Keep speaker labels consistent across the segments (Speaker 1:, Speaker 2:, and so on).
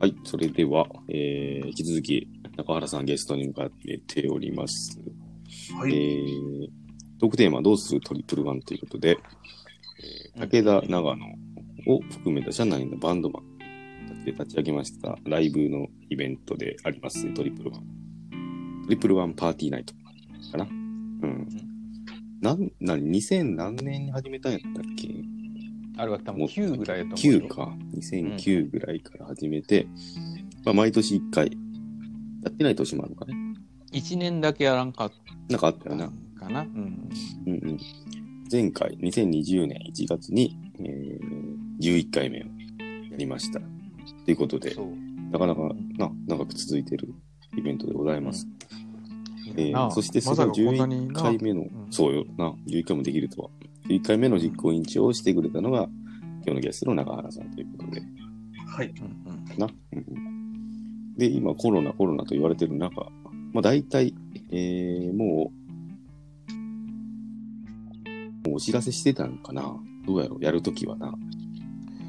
Speaker 1: はい、それでは、えー、引き続き中原さんゲストに迎えております。
Speaker 2: は
Speaker 1: え
Speaker 2: い。
Speaker 1: ー、トークテーマ、どうするトリプルワンということで、えー武田長野を含めた社内のバンドマンで立ち上げましたライブのイベントであります、トリプルワン。トリプルワンパーティーナイトかな。うん。なん、なに、2000何年に始めたんやったっけ
Speaker 3: あれは多分9ぐらいだと思う
Speaker 1: 9
Speaker 3: よ。
Speaker 1: か、2009ぐらいから始めて、まあ、毎年1回、やってない年もあるのかね。
Speaker 3: 1年だけやらんかっ
Speaker 1: なんかあった
Speaker 3: た
Speaker 1: よな。
Speaker 3: かな。うん。
Speaker 1: うんうん、前回、2020年1月に、えー11回目をやりました。ということで
Speaker 3: そ、う。
Speaker 1: なかなかな長く続いているイベントでございます。
Speaker 3: うん
Speaker 1: えー
Speaker 3: なあ
Speaker 1: そしてそ
Speaker 3: まさ
Speaker 1: の
Speaker 3: かこんなに
Speaker 1: 11
Speaker 3: な
Speaker 1: 回目の、
Speaker 3: ん
Speaker 1: そうよな、11回もできるとは。11回目の実行委員長をしてくれたのが、今日のゲストの中原さんということで。
Speaker 2: はい。
Speaker 3: うんうん
Speaker 1: な。で、今コロナコロナと言われてる中、まあ大体、えー、もう、もうお知らせしてたんかな。どうやろうやるときはな。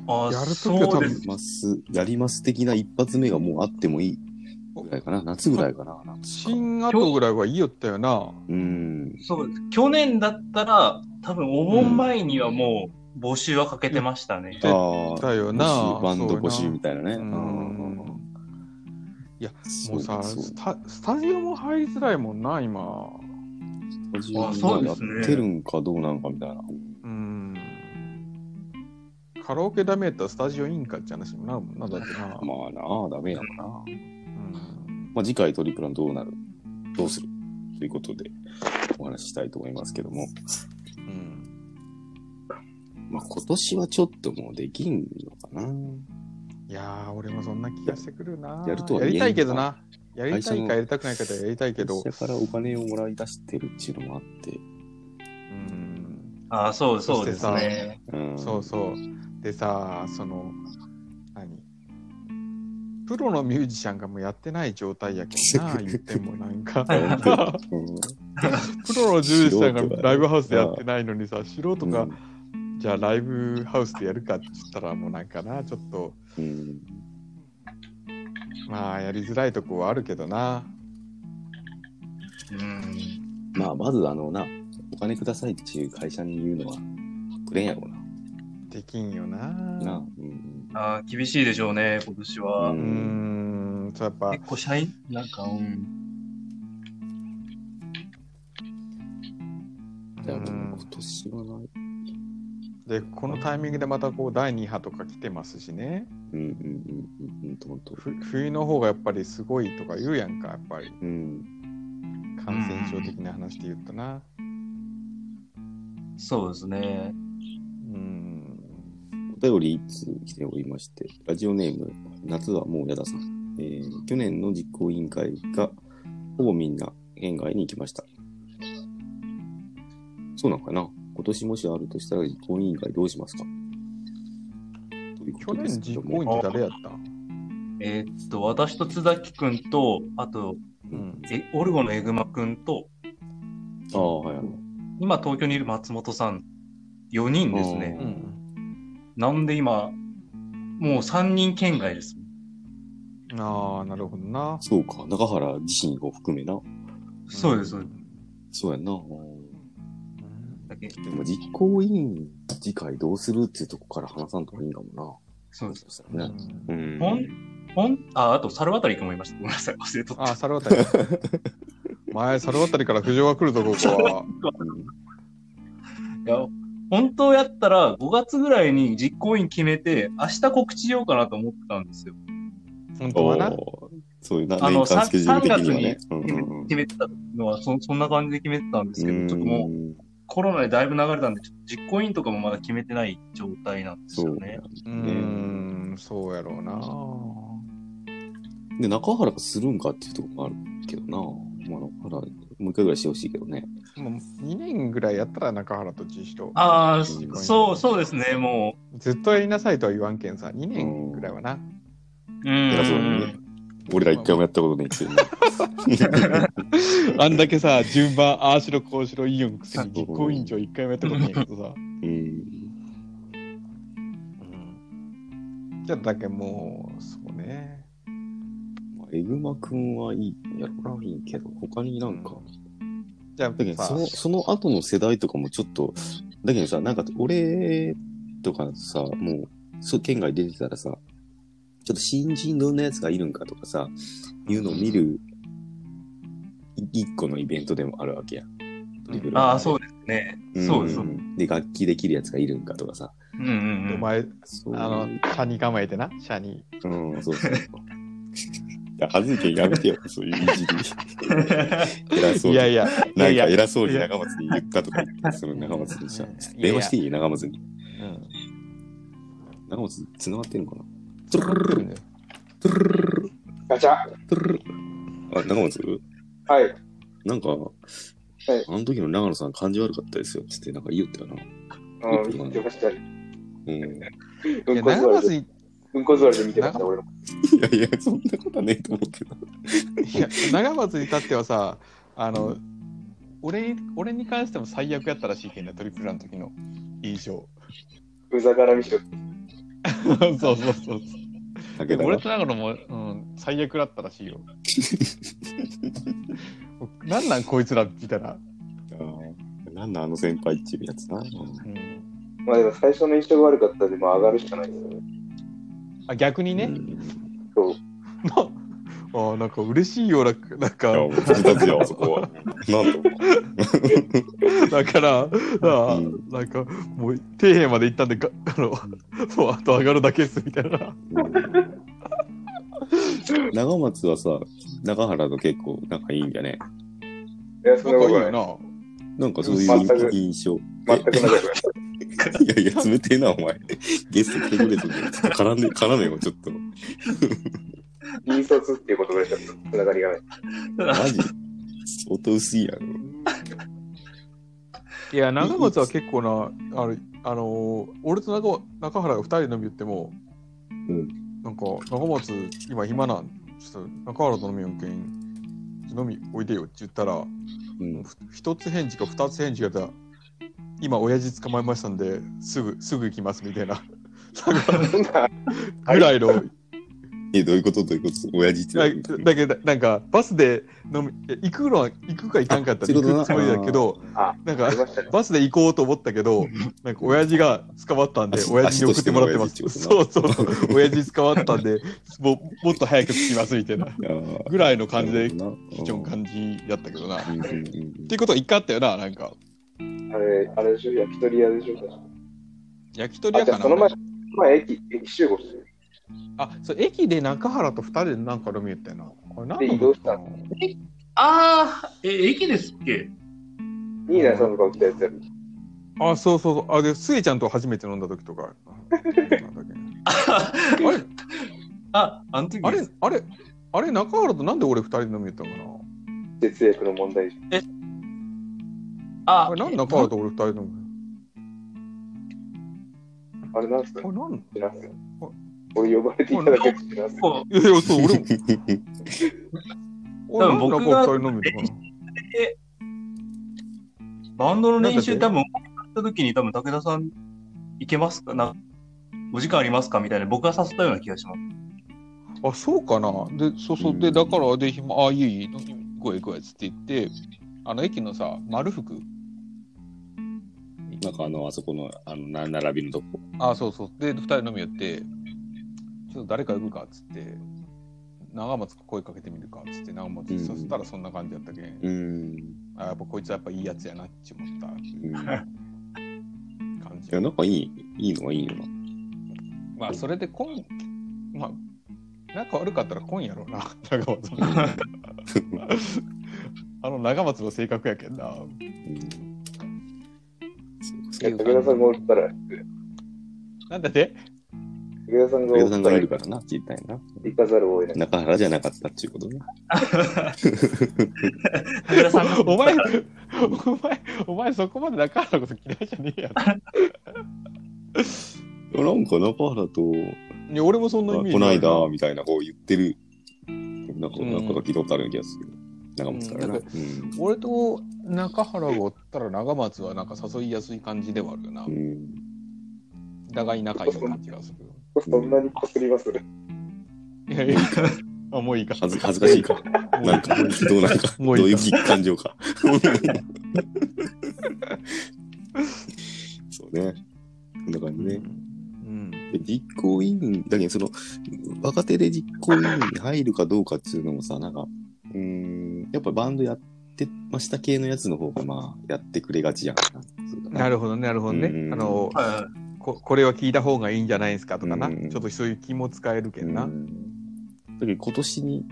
Speaker 2: あ
Speaker 3: やるときは
Speaker 2: そ
Speaker 3: 多
Speaker 2: うで
Speaker 1: や
Speaker 3: 分
Speaker 2: す
Speaker 1: り。ます、やります的な一発目がもうあってもいいぐらいかな。夏ぐらいかな。夏か
Speaker 3: 新後ぐらいはいいよったよな。
Speaker 1: うん。
Speaker 2: そうです。去年だったら、多分お盆前にはもう募集はかけてましたね。
Speaker 1: ああ、
Speaker 3: だよな。
Speaker 1: 募集バンド募集
Speaker 3: そう
Speaker 1: みたいなね。
Speaker 3: やなうん。もうさ
Speaker 1: そうそう
Speaker 3: スタ、スタジオも入りづらいもんな、今。
Speaker 2: あそうですね
Speaker 1: やってるんかどうなんかみたいな。
Speaker 3: うん。カラオケダメやったらスタジオいいんかって話になるもんな、だってな。
Speaker 1: まあなあ、ダメなのかな。
Speaker 3: うん
Speaker 1: まあ、次回トリプランどうなるどうするということでお話ししたいと思いますけども、
Speaker 3: うん
Speaker 1: まあ、今年はちょっともうできんのかない
Speaker 3: やー、俺もそんな気がしてくるな。
Speaker 1: やるとは言
Speaker 3: や
Speaker 1: えん
Speaker 3: りたいけどな。やりた
Speaker 1: 会社
Speaker 3: い
Speaker 1: の
Speaker 3: かやりたくないかでやりたいけど。
Speaker 1: 会社からお金をもらい出してるっていうのもあって、
Speaker 3: うん
Speaker 2: ああ、そうそう
Speaker 3: そして
Speaker 2: です
Speaker 3: さ
Speaker 2: ね。
Speaker 1: うん、
Speaker 3: そうそう。でさ、その、何プロのミュージシャンがもうやってない状態やけ んな、言ってもなんか。
Speaker 1: 本当にうん
Speaker 3: プロのミュージシャン
Speaker 1: 素人
Speaker 3: が
Speaker 1: が
Speaker 3: ライブハウスでやってないのにさ、素人
Speaker 1: う
Speaker 3: が
Speaker 1: ん、
Speaker 3: じゃあライブハウスでやるかって言ったらもうなんかな、ちょっと、
Speaker 1: うん
Speaker 3: まあやりづらいとこはあるけどな。
Speaker 2: うん。
Speaker 1: まあまずあのなお金くださいっていう会社に言うのはくれんやろう
Speaker 3: できんよな。
Speaker 1: なな
Speaker 3: う
Speaker 1: うん
Speaker 2: ああ、厳しいでしょうね、今年は。
Speaker 1: う
Speaker 3: ーん、そうやっぱ、
Speaker 2: 結構社員なんか、うん。
Speaker 1: いやで
Speaker 3: う
Speaker 1: も
Speaker 3: ん
Speaker 1: 今年はない
Speaker 3: で、このタイミングでまたこう第2波とか来てますしね。
Speaker 1: うんうんうんうんうんとほんと
Speaker 3: ふ冬の方がやっぱりすごいとか言うやんか、やっぱり
Speaker 1: うん
Speaker 3: 感染症的な話で言ったな。
Speaker 2: そうですね。
Speaker 3: うん。
Speaker 1: お便り1通来ておりまして、ラジオネーム、夏はもうやださん。えー去年の実行委員会が、ほぼみんな県外に行きました。そうなのかな今年もしあるとしたら実行委員会どうしますかというこ
Speaker 3: 去
Speaker 1: とで
Speaker 3: 年
Speaker 1: すけ
Speaker 3: 実
Speaker 1: ど
Speaker 3: 行委
Speaker 1: も
Speaker 3: 員って誰やったん
Speaker 2: えーっと、私と津崎くんと、あと、
Speaker 3: うん。
Speaker 2: えオルゴのエグマくんと、
Speaker 1: ああ、はいはい。
Speaker 2: 今東京にいる松本さん、4人ですね。
Speaker 3: うん。
Speaker 2: なんで今、もう3人県外です。
Speaker 3: ああ、なるほどな。
Speaker 1: そうか、中原自身を含めな。
Speaker 2: そうです。そうです
Speaker 1: そうやんな。で
Speaker 3: うん
Speaker 2: だけ
Speaker 1: も実行委員次回どうするっていうとこから話さんといいんかも
Speaker 2: そう
Speaker 1: な。
Speaker 2: です。
Speaker 1: したらね。うん
Speaker 2: ほん、ほん、あ、あと、猿渡くんもいました。ごめんなさい、忘れとった。
Speaker 3: あ、猿 渡。前、猿渡から浮上が来るぞ、ここは。
Speaker 2: いや、本当やったら、5月ぐらいに実行委員決めて、明日告知しようかなと思ってたんですよ。
Speaker 3: 本当はな。
Speaker 1: おーそういうな、
Speaker 2: あの
Speaker 1: 年間スケジュール的にはね。う
Speaker 2: 決
Speaker 1: んうんうん
Speaker 2: め決めてたのはそ、そんな感じで決めてたんですけど、ちょっとも
Speaker 1: う
Speaker 2: う、
Speaker 1: ん
Speaker 2: コロナでだいぶ流れたんで、ちょっと実行委員とかもまだ決めてない状態なんです
Speaker 1: そ
Speaker 2: よ
Speaker 1: う
Speaker 2: ね。
Speaker 3: うーん、そうやろうな。
Speaker 1: で、中原がするんかっていうところもあるけどな。まあ、中原、もう一回ぐらいしてほしいけどね。
Speaker 3: もう2年ぐらいやったら中原とちひと。
Speaker 2: ああ、
Speaker 1: うん
Speaker 2: そう、そうですね、も
Speaker 3: ずっとやりなさいとは言わんけんさ、2年ぐらいはな。
Speaker 2: う。うん。
Speaker 1: 偉そうにね俺ら一回もやったことないっていうね。
Speaker 3: あんだけさ、順番、ああしろこうしろいいよんくせに実行委員長1回もやったことないけど さ。
Speaker 1: うん。
Speaker 3: じゃあだけもう、そうね。
Speaker 1: エグマくんはいい、やらないけど、他になんか、
Speaker 3: じゃあ、
Speaker 1: だけど
Speaker 3: まあ
Speaker 1: その、その後の世代とかもちょっと、だけどさ、なんか俺とかさ、もう、そう県外出てたらさ、ちょっと新人どんなやつがいるんかとかさ、いうのを見る、い一個のイベントでもあるわけや。ドリブル
Speaker 2: ああ、そうですね。
Speaker 1: ん
Speaker 2: そうです。うん
Speaker 1: で、楽器できるやつがいるんかとかさ。
Speaker 2: うんうん。
Speaker 3: お前、
Speaker 1: そう
Speaker 3: あの、車に構えてな、車に。
Speaker 1: うん、そうそう。い や、はずけやめてよ、そういういじり。偉そう
Speaker 3: い
Speaker 1: に。
Speaker 3: やいや、いやい
Speaker 1: な
Speaker 3: や
Speaker 1: んか、偉そうに長松に言ったとか言って、その長松にさ
Speaker 3: いやいや、
Speaker 1: 電話していい長松に。
Speaker 3: うん
Speaker 1: 長松、繋がってるのかなトゥルルルルトゥルルルルル
Speaker 4: ガチャ
Speaker 1: トゥルルルルあ、長松
Speaker 4: はい。
Speaker 1: なんか、あの時の長野さん感じ悪かったですよ、つって、なんか言いよったよな。
Speaker 4: うん、言ってましたね。
Speaker 1: うん。い
Speaker 4: うん
Speaker 3: や
Speaker 4: こ
Speaker 3: 長
Speaker 4: 座り
Speaker 3: 松
Speaker 4: で、
Speaker 3: に、
Speaker 4: うんこ座りで見てました、俺も。
Speaker 1: やいや、そんなことはねえと思うけど。
Speaker 3: いや、長松に至ってはさ、あの、俺、俺に関しても最悪やったらしいけんね、トリプルランの時の印象。
Speaker 4: うざがらみしろ。
Speaker 3: そうそうそうそう。
Speaker 1: 武田
Speaker 3: 俺
Speaker 1: が
Speaker 3: と長野も、うん、最悪だったらしいよ。 なんなんこいつらみたいな。
Speaker 1: あー。なんだあの先輩っていうやつな。うん
Speaker 3: うん
Speaker 4: まあでも最初の印象が悪かったんで、まあ上がるしかないですよね。
Speaker 3: あ逆にね、
Speaker 1: うん
Speaker 4: そう。
Speaker 3: あーなんか嬉しいような、なん
Speaker 1: いや、
Speaker 3: か、
Speaker 1: 複雑よ、あそこは。なんと。
Speaker 3: だから、あー
Speaker 1: う
Speaker 3: なんか、もう底辺まで行ったんで、があの、もうあと上がるだけっすみたいな。
Speaker 1: うん長松はさ、中原と結構仲いいんじゃね。
Speaker 4: いや、そんなことない。
Speaker 3: な。
Speaker 1: なんかそうい
Speaker 4: 全
Speaker 1: う
Speaker 4: く
Speaker 1: 印象。
Speaker 4: 全くなかっ
Speaker 1: いやいや、冷てえな、お前。ゲスト来てくれたんちょっと絡んで、絡めよ、ちょっと。
Speaker 4: た。引率っていうことぐらいしかつながりがない。
Speaker 1: マジ音薄いやろ。
Speaker 3: いや、長松は結構な、あの、あのー俺と中中原が2人飲み言っても、
Speaker 1: ん
Speaker 3: なんか、中松、今暇なん、ちょっと中原と飲みよんけん、飲みおいでよって言ったら、
Speaker 1: うん。
Speaker 3: 一つ返事か二つ返事がだ今親父捕まえましたんですぐすぐ行きますみたいな
Speaker 4: そんな、
Speaker 3: ぐらいの、
Speaker 1: え、どういうことどういうこと親父って
Speaker 3: な。だけどなんかバスで飲みえ行くのは行くか行かんかったら
Speaker 1: あ
Speaker 3: 行
Speaker 1: そういう
Speaker 3: く
Speaker 1: こと
Speaker 3: つ
Speaker 1: な
Speaker 3: もりだけど
Speaker 4: あ
Speaker 3: なん
Speaker 4: あ
Speaker 3: か
Speaker 4: りましたね。
Speaker 3: バスで行こうと思ったけどなんか親父が捕まったんで
Speaker 1: 足
Speaker 3: 親父に送ってもらってま
Speaker 1: 足
Speaker 3: す
Speaker 1: としての
Speaker 3: そ
Speaker 1: 親父ってこ
Speaker 3: うそう
Speaker 1: と
Speaker 3: そ
Speaker 1: な
Speaker 3: う親父捕まったんでももっと早く着きますみたいな
Speaker 1: あー
Speaker 3: ぐらいの感じで
Speaker 1: なるほ
Speaker 3: 貴
Speaker 1: ど
Speaker 3: 重
Speaker 1: な
Speaker 3: 感じやったけどなっ
Speaker 1: うんうんうん
Speaker 3: ていうことは一回あったよななんか
Speaker 4: あれ、あれでしょ、焼き鳥屋でしょ。
Speaker 3: 焼き鳥
Speaker 4: あ、
Speaker 3: 屋
Speaker 4: じ
Speaker 3: か
Speaker 4: ゃあ
Speaker 3: な
Speaker 4: その前、前駅、駅集合してる。
Speaker 3: あ、そう、駅で中原と二人でなんか飲み言ったよな。これ何
Speaker 4: で
Speaker 3: の
Speaker 4: 移動した
Speaker 3: の
Speaker 2: あ あ、え、駅ですっけ
Speaker 4: 273とか来たやつやる。
Speaker 3: あ、そうそうそう。あ、で、スエちゃんと初めて飲んだ時とか。あれ、
Speaker 2: あ、あの時
Speaker 3: あれ、あれ、あれ、中原となんで俺二人で飲み言ったのかな
Speaker 4: 節約の問題じ
Speaker 2: あ
Speaker 3: あれ、なんで中原と俺二人で飲む
Speaker 4: ゃん。あれ、なんすか
Speaker 3: あれ、なん
Speaker 4: 知らんすよ俺呼ばれていただけって知らんすよ。
Speaker 2: こう
Speaker 3: いやいや、そう、俺も。俺
Speaker 2: 多分
Speaker 3: なん
Speaker 2: 僕
Speaker 3: で
Speaker 2: が
Speaker 3: 中原二人飲み言ったかな
Speaker 2: バンドの練習
Speaker 3: な
Speaker 2: 多分、終わった時に多分、武田さん、行けますかなお時間ありますかみたいな、僕が誘ったような気がします。
Speaker 3: あ、そうかな。で、そうそう。
Speaker 1: う
Speaker 3: で、
Speaker 1: ん
Speaker 3: だから、で、暇、あ、いい、いい、行こうや行こうやつって言って、あの、駅のさ、丸福。
Speaker 1: なんかあの、あそこの、あの、な並びのとこ。
Speaker 3: あそうそう。で、二人飲み寄って、ちょっと誰か呼ぶかっつって、長松声かけてみるかっつって、長松、
Speaker 1: うん
Speaker 3: そしたらそんな感じだったけん、
Speaker 1: うん。
Speaker 3: あやっぱこいつはやっぱいいやつやなって思った
Speaker 1: うんい
Speaker 3: 感じ。
Speaker 1: や、仲いい、いいのはいい よな。
Speaker 3: まあ、それで今、まあ、仲悪かったら今やろうな、 長松。あの長松の性格やけんな。
Speaker 1: うんそう
Speaker 4: いや武田さんがおったら、
Speaker 3: なんだって
Speaker 4: 武田さんが
Speaker 1: 上
Speaker 4: お
Speaker 1: 田
Speaker 4: っ
Speaker 1: さんがいる
Speaker 4: た、
Speaker 1: かららな、聞いたいな。
Speaker 4: 行かざるを得ない。
Speaker 1: 中原じゃなかったっていうことね。
Speaker 2: 武田さんが
Speaker 3: お前、お前、お前そこまで中原のこと嫌いじゃねえやろ。
Speaker 1: いやなんか中原と、
Speaker 3: いや俺もそんな
Speaker 1: あ
Speaker 3: イメージ
Speaker 1: こない
Speaker 3: ある
Speaker 1: だ、みたいなこう言ってる、なんか、
Speaker 3: うん
Speaker 1: なんかが聞いたことある気がする。中松からな。う
Speaker 3: う
Speaker 1: んん。
Speaker 3: 俺と中原がおったら長松はなんか誘いやすい感じではあるよな
Speaker 1: う。ん。
Speaker 3: 互い仲いい感じがする。
Speaker 4: そんなにこすります
Speaker 3: いやいや、あ、もういいか。
Speaker 1: 恥ず恥ずかしい か。
Speaker 3: もう
Speaker 1: ないん
Speaker 3: い
Speaker 1: か、
Speaker 3: か。
Speaker 1: どうなんか、ど
Speaker 3: も
Speaker 1: う
Speaker 3: ういい
Speaker 1: いう
Speaker 3: か
Speaker 1: 感情か。そうね。こんな感じね。
Speaker 3: うん。
Speaker 1: で実行委員、だけどその、若手で実行委員に入るかどうかっていうのもさ、なんか、うーん、やっぱバンドやってました系のやつの方が、まあ、やってくれがちやん。
Speaker 3: な
Speaker 1: る
Speaker 3: るほどね、なるほどね。
Speaker 1: うん
Speaker 3: あの、
Speaker 2: はいはい。
Speaker 3: こ、これは聞いた方がいいんじゃないですかとかな。
Speaker 1: う
Speaker 3: ち
Speaker 1: ん
Speaker 3: ょっとそういう気も使えるけ
Speaker 1: うん
Speaker 3: な。
Speaker 1: だけど今年に、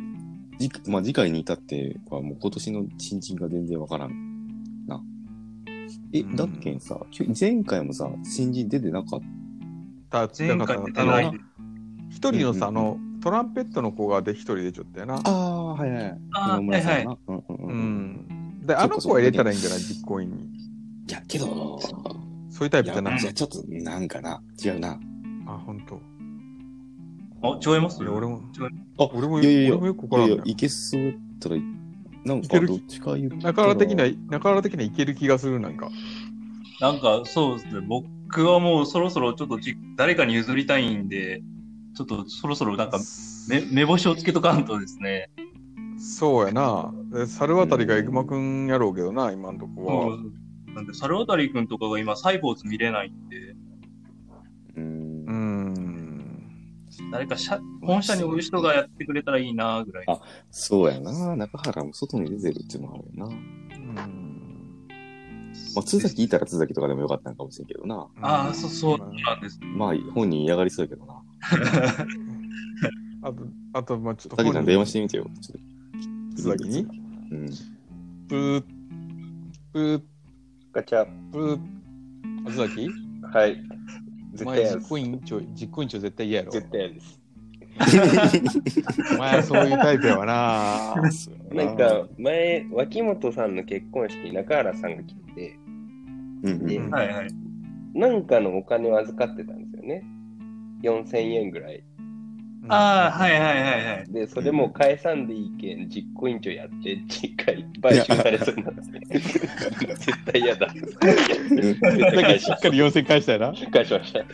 Speaker 1: じまあ、次回に至っては、もう今年の新人が全然わからんな。え、
Speaker 3: うん
Speaker 1: だっけんさ、きゅ前回もさ、新人出てなかった。
Speaker 3: た、
Speaker 2: 前
Speaker 3: だか
Speaker 2: 回
Speaker 3: ら
Speaker 2: 出てない
Speaker 3: あの一人のさ、あ
Speaker 1: うんうん
Speaker 3: の、トランペットの子がで一人出ちゃったよな。
Speaker 1: ああ、はいはい。
Speaker 2: あーは
Speaker 1: 村
Speaker 2: い
Speaker 1: さん
Speaker 2: はい。
Speaker 1: な。うんうん
Speaker 3: う
Speaker 1: うん。
Speaker 3: ん。で、あの子は入れたらいいんじゃない実行委員に。
Speaker 1: いや、けど、
Speaker 3: そういうタイ
Speaker 1: い
Speaker 3: プ
Speaker 1: や
Speaker 3: じゃな
Speaker 1: じ
Speaker 3: い。
Speaker 1: ゃあちょっと、なんかな。違うな。
Speaker 3: あ、本当。
Speaker 2: あ、違いま
Speaker 3: い
Speaker 2: す
Speaker 3: や、
Speaker 2: よ。
Speaker 3: 俺も、
Speaker 1: あ、
Speaker 3: 俺も、
Speaker 1: いやいやいや
Speaker 3: 俺もよく
Speaker 1: いや
Speaker 3: わからん
Speaker 1: い
Speaker 3: の
Speaker 1: や
Speaker 3: よ、。
Speaker 1: いけそうだったら、なん
Speaker 3: いけ
Speaker 1: か
Speaker 3: る
Speaker 1: どっちか言う。
Speaker 3: 中原的な、中原的にはいける気がする、なんか。
Speaker 2: なんか、そうですね。僕はもうそろそろちょっとじ誰かに譲りたいんで、ちょっとそろそろなんか、め目星をつけとかんとですね。
Speaker 3: そうやな。で猿渡がエグマくんやろうけどな、今んとこ
Speaker 2: も
Speaker 3: は。
Speaker 2: う、なんで、猿渡くんとかが今、サイボーズ見れないんで、
Speaker 1: う。
Speaker 3: うんん。
Speaker 2: 誰か社本社におる人がやってくれたらいいな、ぐらい。
Speaker 1: あそうやな。中原も外に出てるっていうのもあるよな。
Speaker 3: うん
Speaker 1: まあ、津崎いたら津崎とかでもよかったのかもしれんけどな。
Speaker 2: ああ、そう、そうなんですね。
Speaker 1: まあ、本人嫌がりそうやけどな。
Speaker 3: あと、あと、まあちょっと
Speaker 1: たけさん電話して
Speaker 3: て
Speaker 1: みてよ。ちょっと
Speaker 3: 津崎に
Speaker 1: うん。
Speaker 3: プー、プー、
Speaker 4: ガチャ。
Speaker 3: プー、あ津崎
Speaker 4: はい。
Speaker 3: お
Speaker 4: 絶対
Speaker 3: 前
Speaker 4: や
Speaker 3: 実
Speaker 4: です。
Speaker 3: 行委員長、実行委員長絶対嫌やろ。
Speaker 4: 絶対やです。
Speaker 3: お前そういうタイプやわな。
Speaker 4: なんか、前、脇本さんの結婚式に中原さんが来てて、
Speaker 1: うんうん うん。
Speaker 2: はいはい。
Speaker 4: なんかのお金を預かってたんですよね。4000円ぐらい。
Speaker 2: ああ、はいはいはいはい。
Speaker 4: で、それもう返さんでいいけん、実行委員長やって、次回、買収されそうなんで絶対嫌だ。絶対
Speaker 3: だから
Speaker 4: 返し
Speaker 3: し
Speaker 4: ま
Speaker 3: っ
Speaker 4: した
Speaker 3: かり要請返したよな。
Speaker 4: 返しました。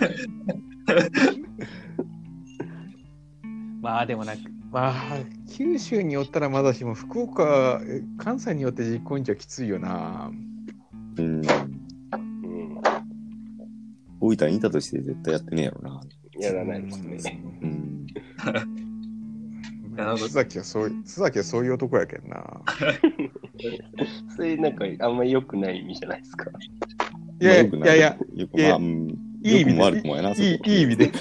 Speaker 3: まあでもなく、まあ九州によったらまだしも福岡、え関西によって実行委員長はきついよな。
Speaker 1: うん。
Speaker 4: うん。
Speaker 1: 大分にいたとして絶対やってねえやろな。
Speaker 4: やらないですね。
Speaker 1: うん。
Speaker 2: やなんか
Speaker 3: 須崎はそうい須崎はそういう男やけんな。
Speaker 4: それなんかあんまり良くない意味じゃな いですか。
Speaker 3: いやい
Speaker 1: まあ
Speaker 3: やいや、、
Speaker 1: よく
Speaker 3: い
Speaker 1: ない
Speaker 3: や
Speaker 1: よくまあうん、
Speaker 3: いい意
Speaker 1: よく
Speaker 3: 味
Speaker 1: も悪
Speaker 3: で
Speaker 1: くもやな。
Speaker 3: いいいい意味で。
Speaker 4: いや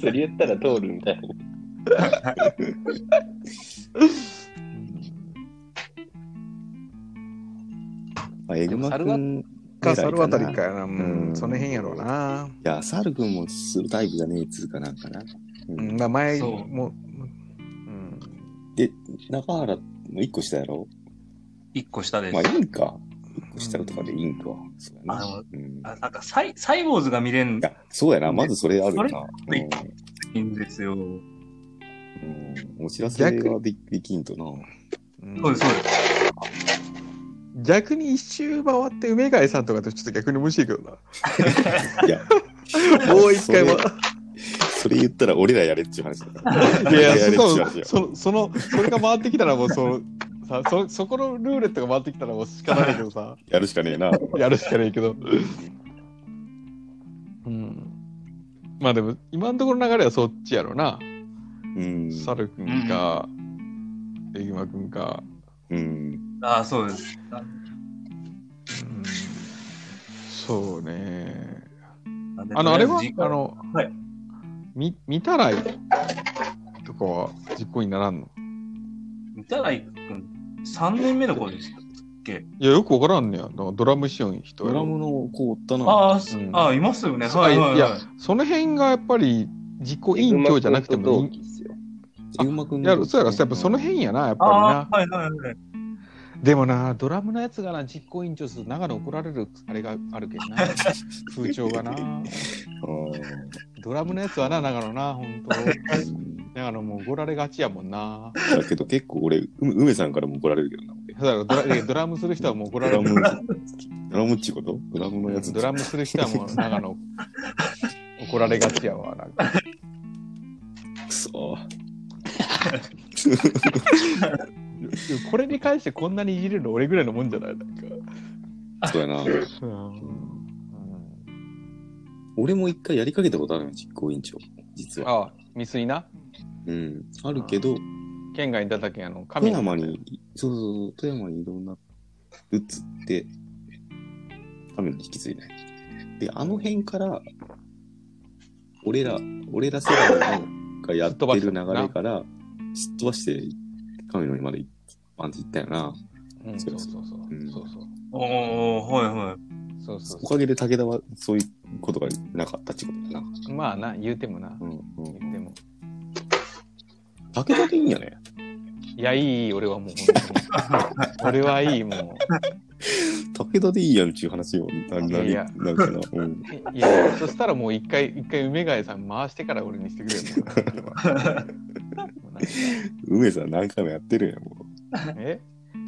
Speaker 4: それ言ったら通るみたいな。
Speaker 1: あ、エグマ
Speaker 3: でも
Speaker 1: 君
Speaker 3: か
Speaker 1: か
Speaker 3: 猿渡りかやな。う
Speaker 1: うんん
Speaker 3: その辺やろうな。
Speaker 1: いや、サル君もするタイプじゃねえっつうかなんかな。う
Speaker 3: うんん、まあ前
Speaker 2: そう
Speaker 3: もう。うん
Speaker 1: で、中原も1個下やろ
Speaker 2: 一個下です
Speaker 1: まあ、。いいんか。1個下とかでいいんか。そうやな。うん、
Speaker 2: あ、なんかサイ、サイボーズが見れん
Speaker 1: いや、そうやな。まずそれあるよな。
Speaker 2: それんですよ。
Speaker 1: うんうん、お知らせがでできんと な。
Speaker 3: うん
Speaker 2: そうです、そうです。
Speaker 3: 逆に一周回って梅貝さんとかとちょっと逆に面白いけど
Speaker 1: いや、
Speaker 3: な。もう一回も。
Speaker 1: それ言ったら俺らやれっちゅう話だから。
Speaker 3: いやい
Speaker 1: 俺
Speaker 3: や、
Speaker 1: ら
Speaker 3: そ
Speaker 1: やれっちゅう話
Speaker 3: う
Speaker 1: よ。
Speaker 3: その、その、それが回ってきたらもう、その、さ、そ、そこのルーレットが回ってきたらもう仕方ないけ どさ、
Speaker 1: やるしかねえな。
Speaker 3: やるしかないけど。うん。まあでも、今のところ流れはそっちやろうな。
Speaker 1: うん。
Speaker 3: サルくんか、エグマくんか。
Speaker 1: うん。
Speaker 2: ああ、そうです。
Speaker 3: うん。そうね。
Speaker 2: なんで
Speaker 3: あの、あれは
Speaker 2: とりえず
Speaker 3: あの、
Speaker 2: はい
Speaker 3: み、見たらいとかは実行にならんの
Speaker 2: 三田内くん、3年目の子です。
Speaker 3: いや、よくわからんねや。なんかドラムシオン人や
Speaker 1: ドラ
Speaker 3: ろ
Speaker 1: ムの子おったな。
Speaker 2: ああ、す
Speaker 3: うん
Speaker 2: ああ、いますよね。
Speaker 3: そう
Speaker 2: はいはいい
Speaker 3: や
Speaker 2: は、
Speaker 3: その辺がやっぱり自己委員長じゃなくてもい
Speaker 4: 同期っすよ。
Speaker 1: エグマ君
Speaker 3: い。い
Speaker 1: の
Speaker 3: や、そうやろ、そうやっぱその辺やな、やっ
Speaker 2: ああ
Speaker 3: ぱ
Speaker 2: ー、はいはいはい。
Speaker 3: りな。でもな、ドラムのやつがな、実行委員長すると長野怒られるあれがあるけどな、風潮がな。
Speaker 1: う
Speaker 3: ドラムのやつはな、長野な、ほんと。
Speaker 1: ん。
Speaker 3: 長野もう怒られがちやもんな。
Speaker 1: だけど結構俺、う梅さんからも怒られるけどな。俺
Speaker 3: そうやろドラいやドラムする人はもう怒られる。
Speaker 1: ドラム、ドラムっちゅうことドラムのやつ
Speaker 3: ドラムする人はもう長野怒られがちやわ。なんか
Speaker 1: くそー。
Speaker 3: これに関してこんなにいじれるの俺ぐらいのもんじゃないなんか。
Speaker 1: そうやな。
Speaker 3: うん
Speaker 1: 俺も一回やりかけたことあるの、実行委員長。実は。
Speaker 3: ああ、未遂な
Speaker 1: うん。あるけど、
Speaker 3: 県外に出たけん、あの、
Speaker 1: 富
Speaker 3: 神の
Speaker 1: 山に、そうそうそう、富山に移動になるっつって、神野に引き継いだよで、あの辺から、俺ら、俺ら世代のがやってる流れから、すっ飛ばして、神野にまでバンって行ったよな。
Speaker 3: うん、そうそうそう。
Speaker 1: うん
Speaker 3: そうそう
Speaker 2: おおはいは
Speaker 3: そうそう
Speaker 1: おかげで武田はそういうことがなかったってことだな。
Speaker 3: まあな、言うてもな。
Speaker 1: うんうん。
Speaker 3: 言うても。
Speaker 1: 武田でいいんやね。
Speaker 3: いや、いい、いい俺はもう本 当に。俺はいい、も
Speaker 1: 武田でいいやんっていう話を、な、な、
Speaker 3: いや
Speaker 1: なんかな。うん。
Speaker 3: う。いや、そしたらもう一回、一回梅ヶ谷さん回してから俺にしてくれるもんもう なんか
Speaker 1: 梅さん何回もやってるやん、もう。
Speaker 3: え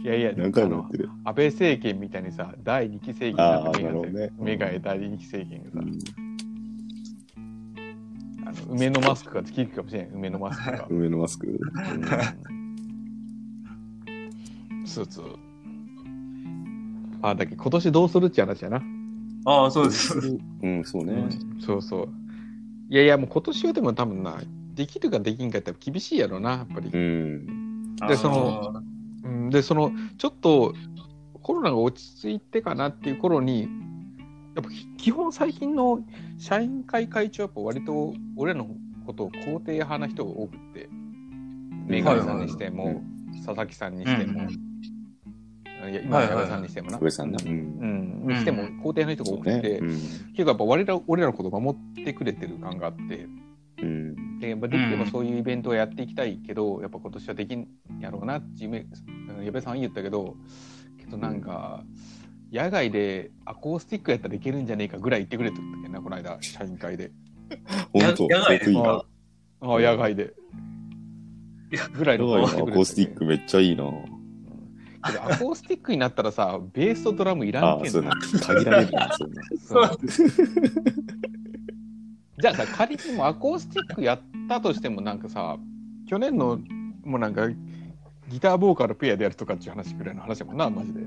Speaker 3: いやいや、
Speaker 1: 何回
Speaker 3: あ
Speaker 1: もや
Speaker 3: の
Speaker 1: ってる。
Speaker 3: 安倍政権みたいにさ、第二期政権
Speaker 1: あ
Speaker 3: だ
Speaker 1: あ
Speaker 3: った
Speaker 1: なるほど
Speaker 3: 梅ヶ
Speaker 1: ね
Speaker 3: 谷梅ヶ谷第二期政権
Speaker 1: う
Speaker 3: がさ
Speaker 1: ん、
Speaker 3: あの梅のマスクが効くかもしれない、梅のマスクが。
Speaker 1: 梅のマスク。
Speaker 3: そうそう。あ、だけど今年どうするって話やな。
Speaker 2: い。ああ、そうです。
Speaker 1: うん、そうね。
Speaker 3: そうそう。いやいや、もう今年はでも多分な、できるかできんかって厳しいやろな、やっぱり
Speaker 1: う。ん。
Speaker 3: でそのうん、で、その、ちょっとコロナが落ち着いてかなっていう頃に、やっぱき基本最近の社員会会長はやっぱ割と俺らのことを肯定派な人が多くて、メガネさんにして
Speaker 1: はい
Speaker 3: も
Speaker 1: は、
Speaker 3: 佐々木さんに
Speaker 2: あー
Speaker 3: しても、いや今の矢部さんにしてもな、
Speaker 1: 安倍さんだ。う。
Speaker 3: うんん、にしても肯定派の人
Speaker 1: そう
Speaker 3: が多くて、
Speaker 1: ね。うん
Speaker 3: 結構やっぱ我ら俺らのことを守ってくれてる感があって、
Speaker 1: うん。
Speaker 3: でやっぱできれば
Speaker 2: うん
Speaker 3: そういうイベントをやっていきたいけど、やっぱ今年はできんやろうなって夢うん矢部さんは言ったけどけどなんか、野外でアコースティックやったらいけるんじゃねえかぐらい言ってくれてたっけなこの間社員会で
Speaker 1: 本当、
Speaker 2: や野外
Speaker 1: 遠くいいな。
Speaker 3: あああ野外で
Speaker 2: いや
Speaker 3: ぐらい
Speaker 1: 野
Speaker 3: の
Speaker 1: 外の
Speaker 3: こ
Speaker 1: ア
Speaker 3: と言って
Speaker 1: コ
Speaker 3: くれ
Speaker 1: ー
Speaker 3: て
Speaker 1: ス
Speaker 3: た
Speaker 1: ティックめっちゃい
Speaker 3: よ
Speaker 1: いな。
Speaker 3: けどアコースティックになったらさベースとドラムいら
Speaker 1: あ
Speaker 3: ん
Speaker 1: あ、
Speaker 3: け
Speaker 1: そ
Speaker 3: ん
Speaker 1: う
Speaker 3: な
Speaker 1: な。限られるな、そうな。
Speaker 2: そう
Speaker 3: じゃあさ仮にもアコースティックやったとしてもなんかさ去年のもうなんかギターボーカルペアでやるとかっていう話ぐらいの話やもんなマジで。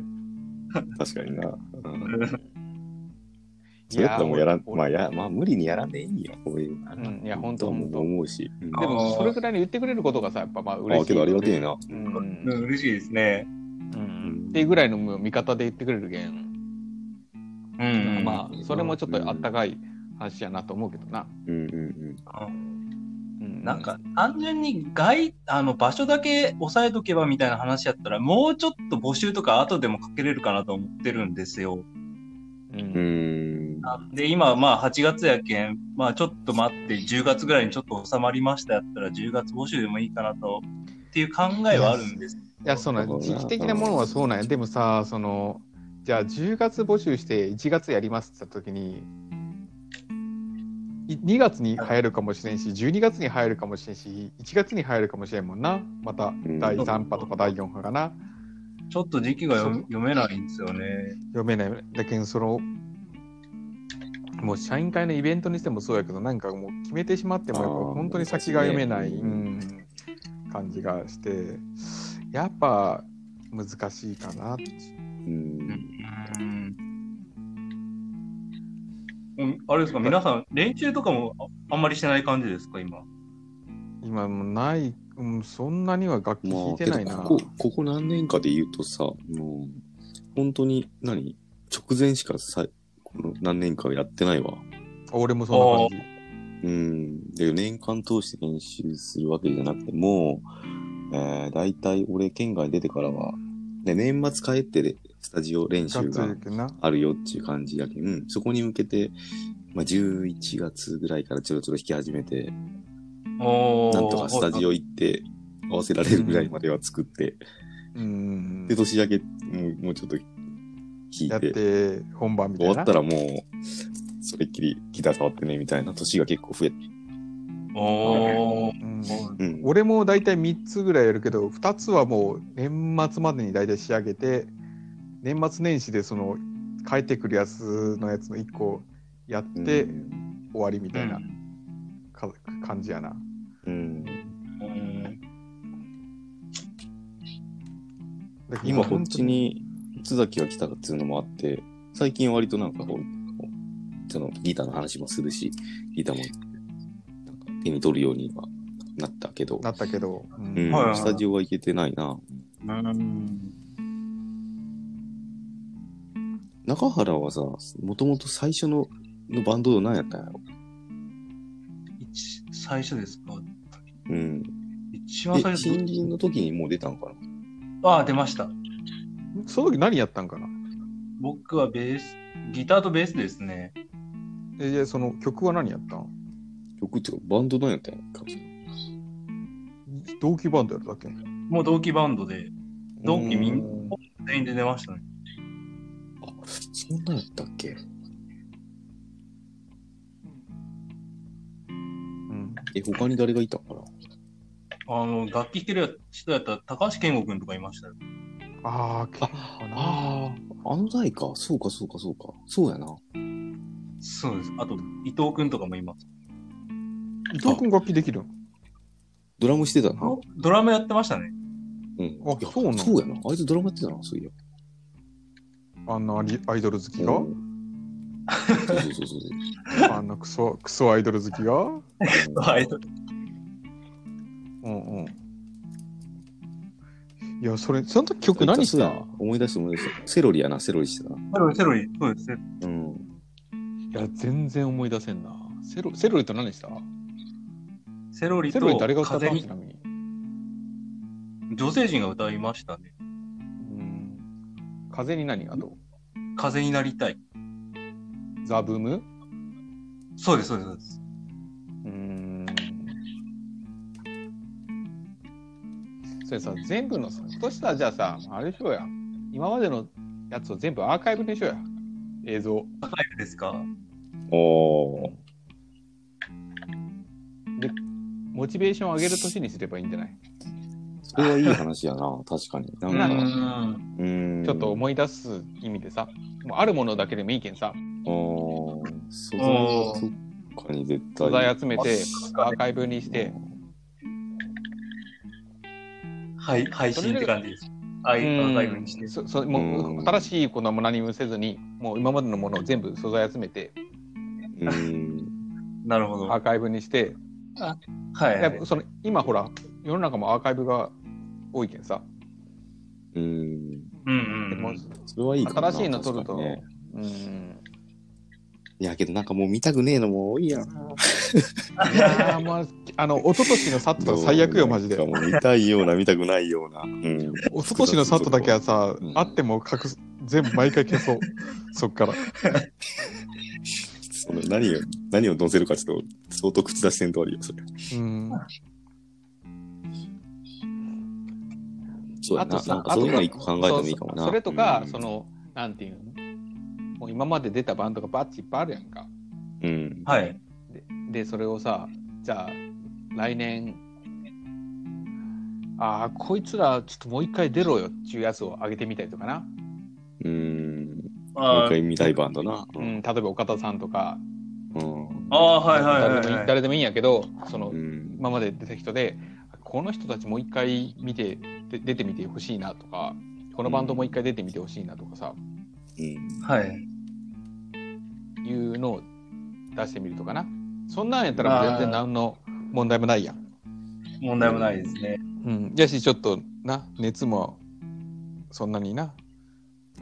Speaker 1: 確かにな。うんそ
Speaker 3: い
Speaker 1: れやったらもうやらん、
Speaker 3: 俺
Speaker 1: まあ、や、まあ、無理にやらんでいいよ、こういう。
Speaker 3: うんいやほんと
Speaker 1: と
Speaker 3: ほ
Speaker 1: も
Speaker 3: んと
Speaker 1: 思うし。うん
Speaker 3: で
Speaker 1: あ
Speaker 3: もそれぐらいに言ってくれることがさやっぱまあ嬉
Speaker 1: あ、
Speaker 3: しい。
Speaker 1: けどありがてえな。
Speaker 3: う
Speaker 2: うん
Speaker 3: ん、
Speaker 2: 嬉しいですね。
Speaker 3: うん、っていうぐらいの味方で言ってくれるけん、
Speaker 2: う
Speaker 3: まあそれもちょっとあったかい話やなと思うけどな。
Speaker 1: うんうんうん。
Speaker 2: あ。
Speaker 3: うん、
Speaker 2: なんか、単純に外、あの、場所だけ押さえとけばみたいな話やったら、もうちょっと募集とか後でもかけれるかなと思ってるんですよ。
Speaker 3: う
Speaker 1: うー
Speaker 3: ん、
Speaker 1: ん。
Speaker 2: なんで、今、まあ、8月やけん、まあ、ちょっと待って、10月ぐらいにちょっと収まりましたやったら、10月募集でもいいかなと、っていう考えはあるんです。
Speaker 3: いやそうなん
Speaker 1: そうだ
Speaker 3: 時
Speaker 1: な
Speaker 3: 期的なものはそうなんやでもさそのじゃあ10月募集して1月やりますって言った時にい2月に入るかもしれんし12月に入るかもしれんし1月に入るかもしれんもんなまた
Speaker 1: ん
Speaker 3: 第3波とか第4波かな
Speaker 2: ちょっと時期が読読めないんですよね。
Speaker 3: 読めないだけどそのもう社員会のイベントにしてもそうやけどなんかもう決めてしまってもやっぱ
Speaker 1: あー
Speaker 3: 本当に先が読めな
Speaker 1: 難
Speaker 3: い、
Speaker 1: しいね
Speaker 3: うん感じがしてやっぱ難しいかなって
Speaker 1: うん。
Speaker 2: うん。うんあれですか、皆さん、練習とかもああんまりしてない感じですか、今。
Speaker 3: 今もうない、うん、そんなには楽器弾
Speaker 1: ま
Speaker 3: い
Speaker 1: あ、
Speaker 3: て
Speaker 1: け
Speaker 3: な
Speaker 1: ど
Speaker 3: いな。
Speaker 1: ここ、ここ何年かで言うとさ、もう、本当に何、直前しかさ、この何年かやってないわ。
Speaker 3: 俺もそんな感
Speaker 1: うん。で、年間通して練習するわけじゃなくて、もう、えー、大体俺、県外出てからは、で、年末帰ってで、スタジオ練
Speaker 3: じ。ガ
Speaker 1: 習
Speaker 3: ッツ
Speaker 1: が
Speaker 3: リけどな。
Speaker 1: あるよっていう感じやけん、うん、そこに向けて、まあ、11月ぐらいからちょろちょろ弾き始めて、
Speaker 2: お
Speaker 1: なんとかスタジ
Speaker 2: オ。
Speaker 1: オ行って、合わせられるぐらいまでは作って、
Speaker 3: うん
Speaker 1: で、。年明け、もうもうちょっと弾い、
Speaker 3: やってて本番みたい
Speaker 1: 終
Speaker 3: な。
Speaker 1: わったらもう、それっきりギター触ってね、みたいな年が結構増えて、
Speaker 2: おー
Speaker 3: うん
Speaker 1: うん。
Speaker 3: 俺も大体3つぐらいやるけど2つはもう年末までに大体仕上げて年末年始でその帰ってくるやつのやつの1個やって終
Speaker 1: うん
Speaker 3: わりみたいな
Speaker 2: うん
Speaker 3: か感じやな。
Speaker 1: うん。
Speaker 2: うん
Speaker 3: だから
Speaker 1: 今こっちに津崎が来たっていうのもあって、最近割となんかこう、そのギターの話もするし、ギターもなんか手に取るようにはなったけど、
Speaker 3: なったけど、うん
Speaker 1: うん
Speaker 2: はいはいはい
Speaker 1: スタジオは行けてないな。
Speaker 2: うん。
Speaker 1: 中原はさ、もともと最初ののバンド何やったんやろ
Speaker 2: 一最初ですか
Speaker 1: うん。
Speaker 2: 一
Speaker 1: で、
Speaker 2: 番最
Speaker 1: 森
Speaker 2: 初。
Speaker 1: 林の時にもう出たのかな
Speaker 2: ああ、出ました。
Speaker 3: その時何やったんかな
Speaker 2: 僕はベース、ギターとベースですね。
Speaker 3: えじゃあその曲は何やったん
Speaker 1: 曲っていうかバンド何やったんやろ
Speaker 3: 同期バンドやったっけ
Speaker 2: もう同期バンドで、同期みん
Speaker 1: う
Speaker 2: 全員で出ましたね。
Speaker 1: あ、そんなんやったっけ
Speaker 3: うん。
Speaker 1: え、他に誰がいたんかな
Speaker 2: あの、楽器弾ける人やったら高橋健吾くんとかいましたよ。
Speaker 3: あーけかな
Speaker 1: ああ、あの代か。そうか、そうか、そうか。そうやな。
Speaker 2: そうです。あと、伊藤くんとかもいます。
Speaker 3: 伊藤君楽器できるん
Speaker 1: ドラムしてたな。うん。
Speaker 2: ドラムやってましたね。
Speaker 3: あ
Speaker 1: いや
Speaker 3: そうなの
Speaker 1: そうやな。あいつドラムやってたな、そういや。
Speaker 3: あんなアリアイドル好きが
Speaker 1: うんそうそうそうそう。
Speaker 3: あんなクソ、クソアイドル好きが
Speaker 2: はい。
Speaker 3: うんうん。いや、それ、その時曲
Speaker 1: うん
Speaker 3: 何し
Speaker 1: そうや
Speaker 3: た
Speaker 1: な思い出した思い出した。セロリやな、セロリしてたな。
Speaker 2: セロリ、セロリ、そうです。
Speaker 1: うん。
Speaker 3: いや、全然思い出せんな。セロセロリと何した
Speaker 2: セロリ
Speaker 3: セロリ
Speaker 2: と
Speaker 3: 誰が歌った
Speaker 2: 風
Speaker 3: のち
Speaker 2: に
Speaker 3: なみに。
Speaker 2: 女性陣が歌いましたね。
Speaker 3: うん。風に何がと
Speaker 2: 風になりたい。
Speaker 3: ザ・ブーム
Speaker 2: そうです、そうですそうです。
Speaker 3: うん。それさ、全部のさ、としたらじゃあさ、あれしようや。今までのやつを全部アーカイブにしようや。映像。
Speaker 2: ライブですか
Speaker 1: おー。
Speaker 3: モチベーションを上げる年にすればいいんじゃない
Speaker 1: それはいい話やな、確かに。
Speaker 2: う
Speaker 1: なんか、
Speaker 2: ん。
Speaker 1: うん。
Speaker 3: ちょっと思い出す意味でさ、もうあるものだけでもいいけんさ、
Speaker 1: おー。素材
Speaker 2: おー
Speaker 1: とかに絶対。
Speaker 3: 素材集めて
Speaker 2: あ
Speaker 3: アーカイブにして、
Speaker 2: はい、配信って感じです。は
Speaker 3: う
Speaker 2: い、
Speaker 3: ん
Speaker 2: アーカイブにして。
Speaker 3: そそも
Speaker 1: う
Speaker 3: うん新しいことも何もせずに、もう今までのものを全部素材集めて
Speaker 1: うん。
Speaker 2: なるほど。
Speaker 3: ア
Speaker 2: はい
Speaker 3: ーカイブにして、
Speaker 2: はい。
Speaker 3: やっぱその今ほら世の中もアーカイブが多いけんさ、
Speaker 1: うん。
Speaker 2: うんうん
Speaker 3: も
Speaker 2: う。
Speaker 3: うん
Speaker 1: それはいいかな
Speaker 3: 新しいの撮ると
Speaker 1: 確かにね
Speaker 3: うん
Speaker 1: いや、けどなんかもう見たくねえのも多いやん。
Speaker 3: いやーまああの一昨年のサットが最悪よマジで
Speaker 1: なんかもう見たいような、見たくないような。うん。
Speaker 3: 一昨年のサットだけはさ、
Speaker 1: うん
Speaker 3: あっても隠す全部毎回消 そうそっから
Speaker 1: その何を、何を載せるかちょっと、相当口出しせんとあるよ、それ。
Speaker 3: うん
Speaker 1: そうや
Speaker 3: あと
Speaker 1: な。
Speaker 3: さ
Speaker 1: なんかそういうの一個考えてもいいかもな。
Speaker 3: そうそうそれとか、
Speaker 1: うん
Speaker 3: そ、のなんていうのもう今まで出たバンドがバッチいっぱいあるやんか
Speaker 1: うん。
Speaker 2: はい。
Speaker 3: ででそれをさじゃあ来年ああこいつらちょっともう一回出ろよっていうやつを上げてみたりとかな、
Speaker 1: うん。もう
Speaker 2: あ
Speaker 1: 一
Speaker 2: ー
Speaker 1: 回見たいバンドな。
Speaker 3: う
Speaker 1: うんん。
Speaker 3: 例えば岡田さんとか、
Speaker 1: うん。
Speaker 2: あー、はいは
Speaker 3: 誰で
Speaker 2: い
Speaker 3: もい
Speaker 2: はいいはい。
Speaker 3: 誰でもいいんやけどその、
Speaker 1: うん
Speaker 3: 今まで出た人でこの人たちもう一回見てで出てみてほしいなとかこのバンドもう一回出てみてほしいなとかさ、
Speaker 1: うん
Speaker 2: はい。
Speaker 3: いうのを出してみるとかなそんなんやったらもう全然何の問題もないやん
Speaker 2: 問題もないですね。
Speaker 3: うんやしちょっとな熱もそんなにな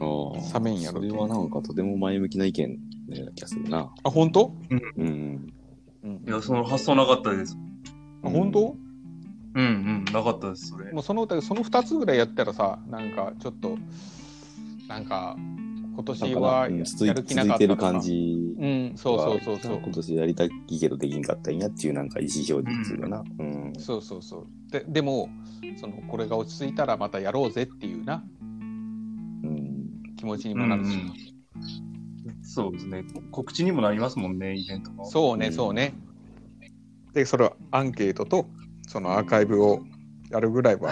Speaker 1: あー
Speaker 3: 冷めんやろ
Speaker 1: それはなんかとても前向きな意見のような気がするな。
Speaker 3: あ本当、
Speaker 1: うん。
Speaker 3: うん
Speaker 2: いや、その発想なかったです。
Speaker 3: あ本当、
Speaker 2: うんうん、なかったです、それ。
Speaker 3: もうその歌その2つぐらいやったらさなんかちょっとなんか今
Speaker 1: なん
Speaker 3: 年
Speaker 1: かな、
Speaker 3: はや
Speaker 1: うん続い
Speaker 3: る気な
Speaker 1: 続
Speaker 3: か
Speaker 1: い
Speaker 3: った
Speaker 1: て
Speaker 3: と
Speaker 1: る
Speaker 3: か
Speaker 1: 感じ
Speaker 3: うんそうそうそうそう
Speaker 1: 今年やりたいけどできんかったんやっていうなんか意思表示っていうかな。うん。
Speaker 3: そうそうそうででもそのこれが落ち着いたらまたやろうぜっていうな
Speaker 1: うん。
Speaker 3: 気持ちにもなるし、
Speaker 2: そうですね。告知にもなりますもんね、イベントの。
Speaker 3: そう
Speaker 1: う
Speaker 3: ね
Speaker 1: ん
Speaker 3: そうね、でそれはアンケートとそのアーカイブをやるぐらい は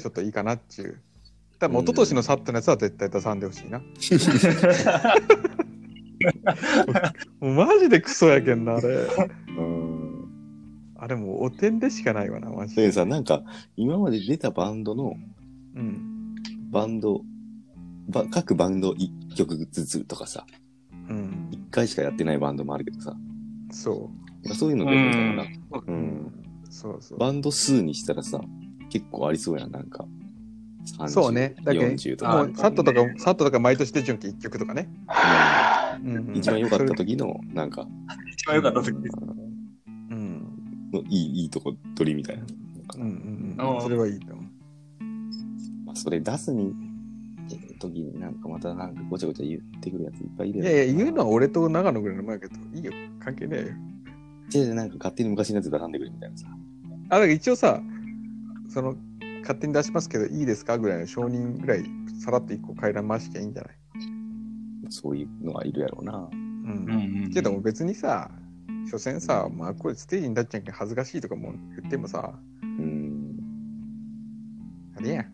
Speaker 3: ちょっといいかなっちゅうだからも
Speaker 1: う
Speaker 3: う
Speaker 1: ん
Speaker 3: 一昨年のサットのやつは絶対出さんでほ しいなもうマジでクソやけんなあれ
Speaker 1: うん。
Speaker 3: あれもうお点でしかないわなマジ
Speaker 1: だけ
Speaker 3: で
Speaker 1: どさ、なんか、今まで出たバンドの
Speaker 3: うん
Speaker 1: バンド、ば各バンド1曲ずつとかさ、
Speaker 3: うん、
Speaker 1: 1回しかやってないバンドもあるけどさ、
Speaker 3: そ
Speaker 1: なんかそういうの
Speaker 2: う
Speaker 1: で、みたいな、
Speaker 2: ん。
Speaker 1: う
Speaker 3: う、
Speaker 1: ん、
Speaker 3: そうそう。
Speaker 1: バンド数にしたらさ、結構ありそうやん、なんか。30
Speaker 3: そうねだけ
Speaker 1: 40と
Speaker 3: も
Speaker 1: か
Speaker 3: う。サットとか、サットとか毎年手順期1曲とかね。うん
Speaker 1: 一番良かった。
Speaker 3: それ
Speaker 1: 時の、なんか、
Speaker 2: 一番良かった時です。
Speaker 3: うん。
Speaker 1: のいい、いいとこ取りみたいな。
Speaker 3: うんうん
Speaker 2: あ
Speaker 3: うん。
Speaker 2: ー
Speaker 3: それはいいと思う。
Speaker 1: まあ、それ出すに、え時になんかまたなんかごちゃごちゃ言ってくるやついっぱいいる
Speaker 3: い
Speaker 1: やん
Speaker 3: やいや、言うのは俺と長野ぐらいの前やけど、いいよ。関係ねえよ。
Speaker 1: じゃあなんか勝手に昔のやつ並んでくるみたいなさ。
Speaker 3: あ、だから一応さ、その、勝手に出しますけど、いいですかぐらいの承認ぐらい、さらっと一個回覧回しきゃいいんじゃない
Speaker 1: そういうのはいるやろうな。
Speaker 3: うん
Speaker 2: うん
Speaker 3: けども別にさ、所詮さ、まあ、これステージに立っちゃうけん恥ずかしいとかも言ってもさ、
Speaker 1: うん。
Speaker 3: あれや ん。
Speaker 1: い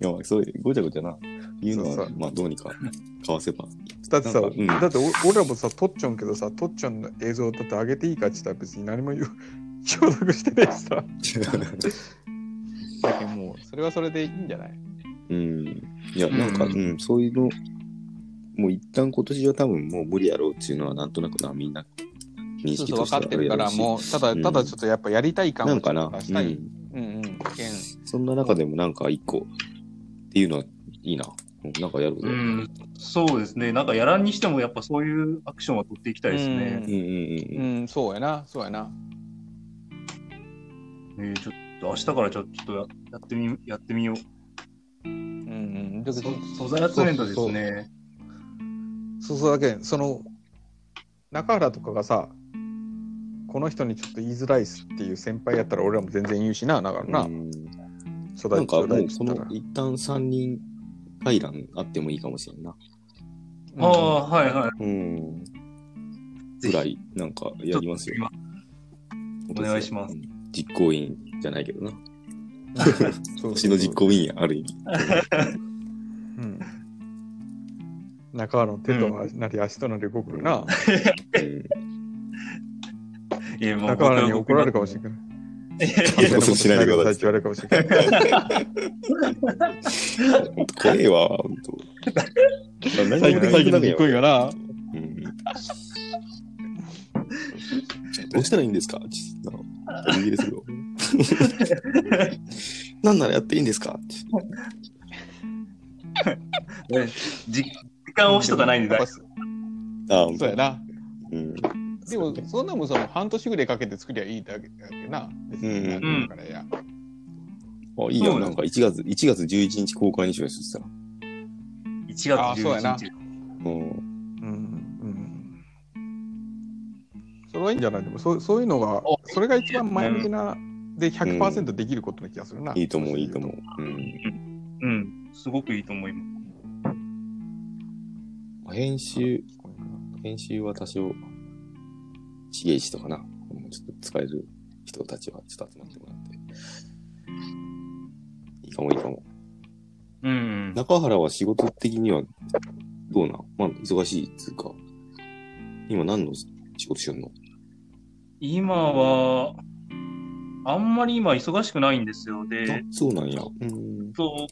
Speaker 1: や、まあそういう、ごちゃごちゃな。言うのは、
Speaker 3: そうそう
Speaker 1: まあどうに か、かわせば。
Speaker 3: だってさ、
Speaker 1: なんかうん
Speaker 3: だってお俺らもさ、撮っちゃうんけどさ、撮っちゃんの映像だって上げていいかって言ったら別に何も言う、 承諾してないしさ。だけどもう、それはそれでいいんじゃない
Speaker 1: うん。いや、なんか、う、
Speaker 2: うんん
Speaker 1: そういうの、もう一旦今年は多分もう無理やろうっていうのは、なんとなくな、みんな認
Speaker 3: そ
Speaker 1: 識
Speaker 3: うそう、
Speaker 1: と
Speaker 3: 分
Speaker 1: して
Speaker 3: か
Speaker 1: は
Speaker 3: ってるから、
Speaker 1: あやろし
Speaker 3: もう、ただ、
Speaker 1: うん
Speaker 3: ただちょっとやっぱやりたい感
Speaker 1: な
Speaker 3: を
Speaker 1: ん
Speaker 3: ちょ
Speaker 1: か
Speaker 3: っ
Speaker 1: な
Speaker 3: と、出し
Speaker 1: う
Speaker 3: たい。
Speaker 1: ん。
Speaker 3: うんうん。けん
Speaker 1: そんな中でもなんか一個っていうのはいいな。うんなんかやろう
Speaker 2: う
Speaker 1: ぜ。うん
Speaker 2: ん、そうですね。なんかやらんにしても、やっぱそういうアクションは取っていきたいですね。
Speaker 1: うんうんうん。
Speaker 3: うん、そうやな、そうやな。
Speaker 2: えーちょっと明日からちょちょっとややってみやってみよう。
Speaker 3: うんうん。だけど
Speaker 2: 素材集めんとですね。
Speaker 3: そうそうだけんその中原とかがさこの人にちょっと言いづらいっすっていう先輩やったら俺らも全然言うしなだからな、
Speaker 1: うん
Speaker 3: 初
Speaker 1: な
Speaker 3: 代
Speaker 1: んかもう
Speaker 3: 初代っつ
Speaker 1: こ
Speaker 3: った
Speaker 1: の
Speaker 3: ら
Speaker 1: 一旦3人回覧あってもいいかもしれんな。
Speaker 2: ああ、はいは
Speaker 1: うん。
Speaker 2: い。
Speaker 1: ぐら
Speaker 2: い。
Speaker 1: いなんかやりますよ。
Speaker 2: お願いします
Speaker 1: うん。実行委員じゃないけどな。
Speaker 3: そう
Speaker 1: 私の実行委員やある意 味。
Speaker 3: うん中原の手となり足となり動くな、
Speaker 1: うん
Speaker 2: えーもう
Speaker 3: 中原に怒られるかもしれない
Speaker 1: そんなことしないでください
Speaker 3: 言われるかもしれない
Speaker 1: ほんと怖えわ、ほん と。
Speaker 3: 最近最近の実行委員はな
Speaker 1: うんどうしたらいいんですかってなおにぎりするよ。 なんならやっていいんですかって
Speaker 2: ねじ時間オフとかないんで
Speaker 3: やっぱ
Speaker 2: 大丈
Speaker 3: そ
Speaker 1: あ
Speaker 3: うやな
Speaker 1: うん。
Speaker 3: でもそんなもんその半年ぐらいかけて作りゃいいだけだけな別に
Speaker 1: うん
Speaker 2: うん
Speaker 3: だからや
Speaker 1: あ、いい
Speaker 2: そ
Speaker 1: や、
Speaker 2: う
Speaker 1: な
Speaker 2: なん
Speaker 1: んか
Speaker 2: で
Speaker 1: 1月、1月11日公開にしようよそしたら。
Speaker 2: 夫。1
Speaker 3: あー
Speaker 2: 月
Speaker 3: そうやな
Speaker 2: 11日。
Speaker 1: うん。
Speaker 3: うんうんそれはいいんじゃないでもそうそういうのが
Speaker 2: お
Speaker 3: それが一番前向きな、で100%できることな気がするな、
Speaker 1: いいと思う、いいと思う。うん。
Speaker 2: うん、すごくいいと思いま
Speaker 1: 編集、編集は多少、しげいしとかな。もうちょっと使える人たちはちょっと集まってもらって。いいかも、いいかも。
Speaker 2: す。うんうん。
Speaker 1: 中原は仕事的にはどうなんまあ、忙しいっつうか。今何の仕事してんの
Speaker 2: 今は、あんまり今忙しくないんですよ。
Speaker 1: あ
Speaker 2: で、、
Speaker 1: そうなんや。うん。
Speaker 2: と、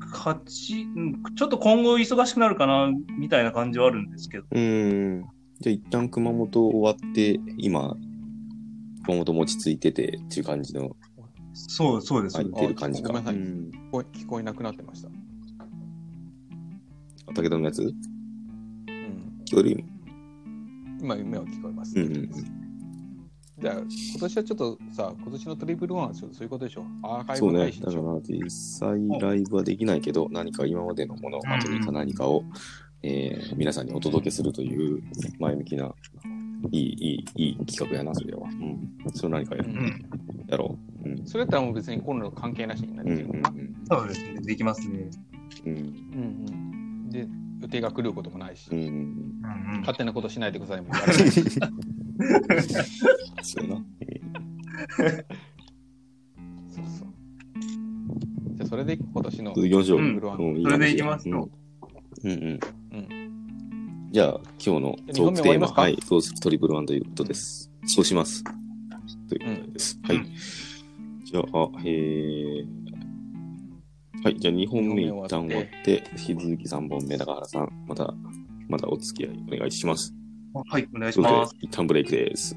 Speaker 2: 勝ち、うんちょっと今後忙しくなるかな、みたいな感じはあるんですけど。
Speaker 1: うん。じゃあ一旦熊本終わって、今、熊本も落ち着いててっていう感じの、
Speaker 2: そう、そうです。
Speaker 1: 空いてる感じか。
Speaker 3: あごめんなさい
Speaker 1: うん
Speaker 3: 聞こえ聞こえなくなってました、
Speaker 1: 武田のやつ
Speaker 3: うん、
Speaker 1: 聞こえる今
Speaker 3: 今夢は聞こえます、
Speaker 1: うんうん
Speaker 3: じゃあ今年はちょっとさ今年のトリプルワンはちょっとそういうことでしょアーカイ
Speaker 1: そう
Speaker 3: ブ
Speaker 1: ね
Speaker 3: 配。信
Speaker 1: だか
Speaker 3: で
Speaker 1: ら
Speaker 3: しょ
Speaker 1: 実際ライブはできないけど、何か今までのもの、まとめた何かを、えー皆さんにお届けするという前向きな、いい、いい、いい企画やな、それは。うん。それ何かや,、
Speaker 3: うん
Speaker 2: うん。
Speaker 1: やろう。うん。
Speaker 3: それやったらもう別にコロナ関係なしにな
Speaker 1: うん
Speaker 3: るけどな、
Speaker 2: そうですね。できますね。
Speaker 1: うんうん
Speaker 3: うんうんで予定が狂うこともないし、
Speaker 1: うん うん
Speaker 2: うんうん
Speaker 3: 勝手なことしないでくださいも言われないし
Speaker 1: そうやな。
Speaker 3: そうそうじゃあそれで今年の
Speaker 1: それで行きましょう。
Speaker 2: う
Speaker 1: う
Speaker 2: ん
Speaker 1: ん
Speaker 2: それでいきますよ。
Speaker 1: うんうん。
Speaker 3: う
Speaker 1: じゃあ、今日のトーク
Speaker 3: じゃあ二本目終わ
Speaker 1: テー
Speaker 3: りま
Speaker 1: マ、
Speaker 3: すか
Speaker 1: はい、どうするトリプルワンということです。そうします。ということです。は
Speaker 2: う
Speaker 1: い。じゃあ、えー、はい、じゃあ2本目一旦終
Speaker 3: 二本目終
Speaker 1: わ
Speaker 3: わ
Speaker 1: っ、
Speaker 3: って
Speaker 1: 引き続き3本目、高原さん、また、またお付き合いお願いします。
Speaker 2: はい、お願いし
Speaker 1: というこ
Speaker 2: ま
Speaker 1: と
Speaker 2: す。
Speaker 1: で、一旦ブレイクです。